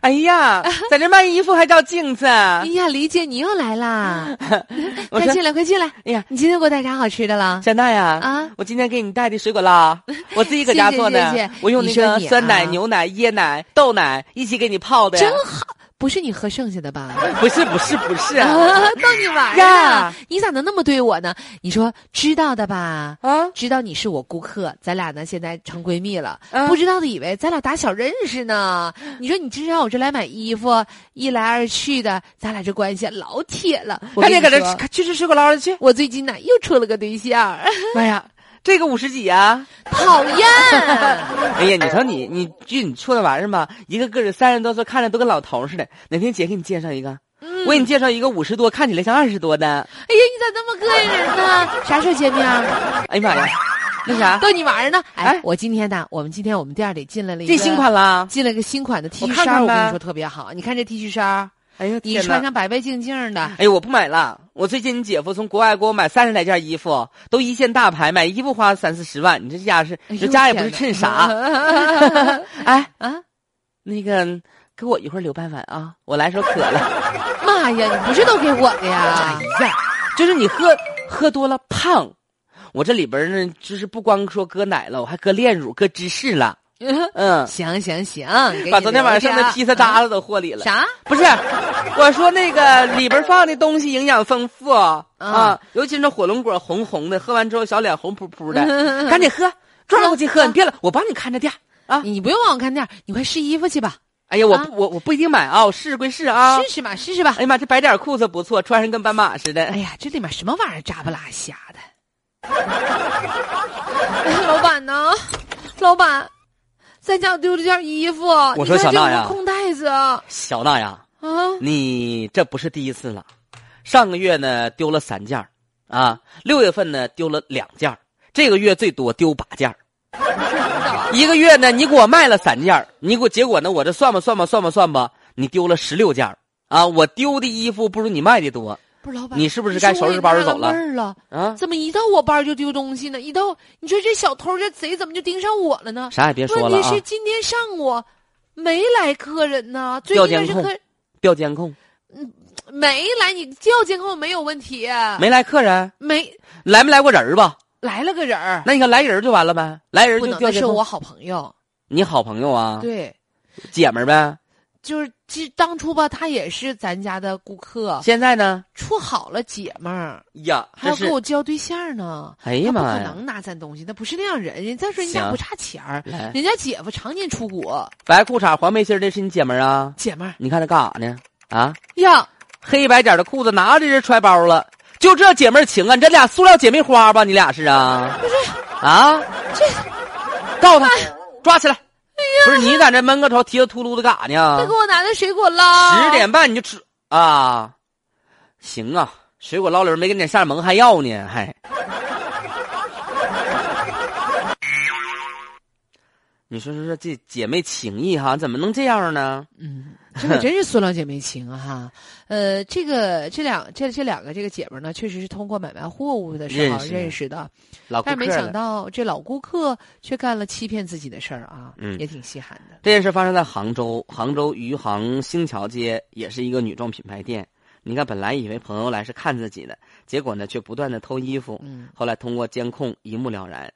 哎 呀，在这卖衣服还照镜子？哎呀，李姐，你又来啦！ 我快说进来，快进来！哎呀，你今天给我带啥好吃的了？小娜呀，啊我今天给你带的水果 啦，我自己搁家做的，谢谢谢谢我用那你说个你啊酸奶、牛奶、椰奶、豆奶一起给你泡的。真好，不是你喝剩下的吧？不是不是不 是 啊！啊，逗你玩儿呀呢！你咋能那么对我呢？你说知道的吧？啊知道你是我顾客，咱俩呢现在成闺蜜了。嗯不知道的以为咱俩打小认识呢。你说你真让我这来买衣服，一来二去的，咱俩这关系老铁了。我赶跟紧你搁这说去去吃水果捞着去！我最近呢又处了个对 象儿，妈呀，这个五十几啊！讨 厌。哎呀，你瞅你，你就你处那玩意儿吧，一个个的三十多岁，看着都跟老头似的。哪天姐给你介绍一个，嗯我给你介绍一个五十多，看起来像二十多的。哎呀，你咋这么膈应人呢？啥时候见面儿？哎呀妈呀，那 啥，逗你玩儿呢？哎哎，我今天呢，我们今天我们店里进来了一个这新款啦！进了个新款的 T 我恤看衫看儿，我呗跟你说特别好。你看这 T 恤衫儿，哎呀，你天哪穿上白白净净的，哎呦，我不买了。我最近你姐夫从国外给我买三十来件衣服，都一线大牌，买衣服花三四十万。你这家是，哎你呦这家也不是衬 衫。天哪哎， 啊！那个，给我一会儿留半碗啊，我来时候渴了。妈呀，你不是都给我的呀？呀，就是你喝喝多了胖，我这里边呢，就是不光说搁奶了，我还搁炼乳、搁芝士了。嗯，行行行，给把你昨天留晚上着的披萨啊渣子都和里了。啥？不是，我说那个里边放的东西营养丰富啊，啊尤其是那火龙果红红的，喝完之后小脸红扑扑的，赶紧喝，抓过去喝，啊你别了，我帮你看着店啊。你不用往我看店儿，你快试衣服去吧，哎呀，我啊不我我不一定买啊，我试归试啊。试试吧，试试吧哎。呀妈，这白点裤子不错，穿上跟斑马似的哎。呀，这里面什么玩意儿扎不拉瞎的？老板呢？老板，在家丢了件衣服，我说小娜呀你看这有个空袋子啊，小娜呀， 你这不是第一次了，上个月呢丢了三件儿啊，六月份呢丢了两件儿这个月最多丢八件儿 一个月呢，你给我卖了三件儿你给我结果呢，我这算吧算吧算吧算吧，你丢了十六件儿啊！我丢的衣服不如你卖的多不是老板，你是不是该收拾包就走了了？味儿了，啊！怎么一到我班儿就丢东西呢？一到你说这小偷这贼怎么就盯上我了呢？啥也别说问了题啊是！今天上午没来客人呢，最调近是监控客人调监控，没来，你调监控没有问题，没来客人，没来没来过人儿吧？来了个人儿，那你看来人儿就完了呗，来人儿不就能，调那监是我控。好朋友，你好朋友啊，对。姐们儿呗。就是其实当初吧，他也是咱家的顾客，现在呢？处好了姐们儿，呀，还这要跟是我交对象呢。哎呀他不妈可呀！能拿咱东西，他不是那样人。人再说人家行不差钱儿，来，人家姐夫常年出国，白裤衩黄背心儿这是你姐们儿啊？姐们儿你看她干啥呢？啊，呀，黑白点儿的裤子拿着这是揣包了，就这姐妹儿情啊！你这俩塑料姐妹花吧？你俩是啊？不是哎啊？这告诉他，抓起来！不是你在这闷个头提着秃噜的干啥他呢给？我拿的水果啦。十点半你就吃啊？行啊，水果捞溜儿没给你点下蒙汗药呢，还。你说说说这姐妹情谊哈，怎么能这样呢？嗯，这可真是塑料姐妹情啊哈。呃，这个这两这这两个这个姐们儿呢，确实是通过买卖货物的时候认识的认识的，老顾但客是没想了。到这老顾客却干了欺骗自己的事儿啊，嗯也挺稀罕的。这件事发生在杭州，杭州余杭兴桥街也是一个女装品牌店。你看，本来以为朋友来是看自己的，结果呢却不断的偷衣服。嗯。后来通过监控一目了然，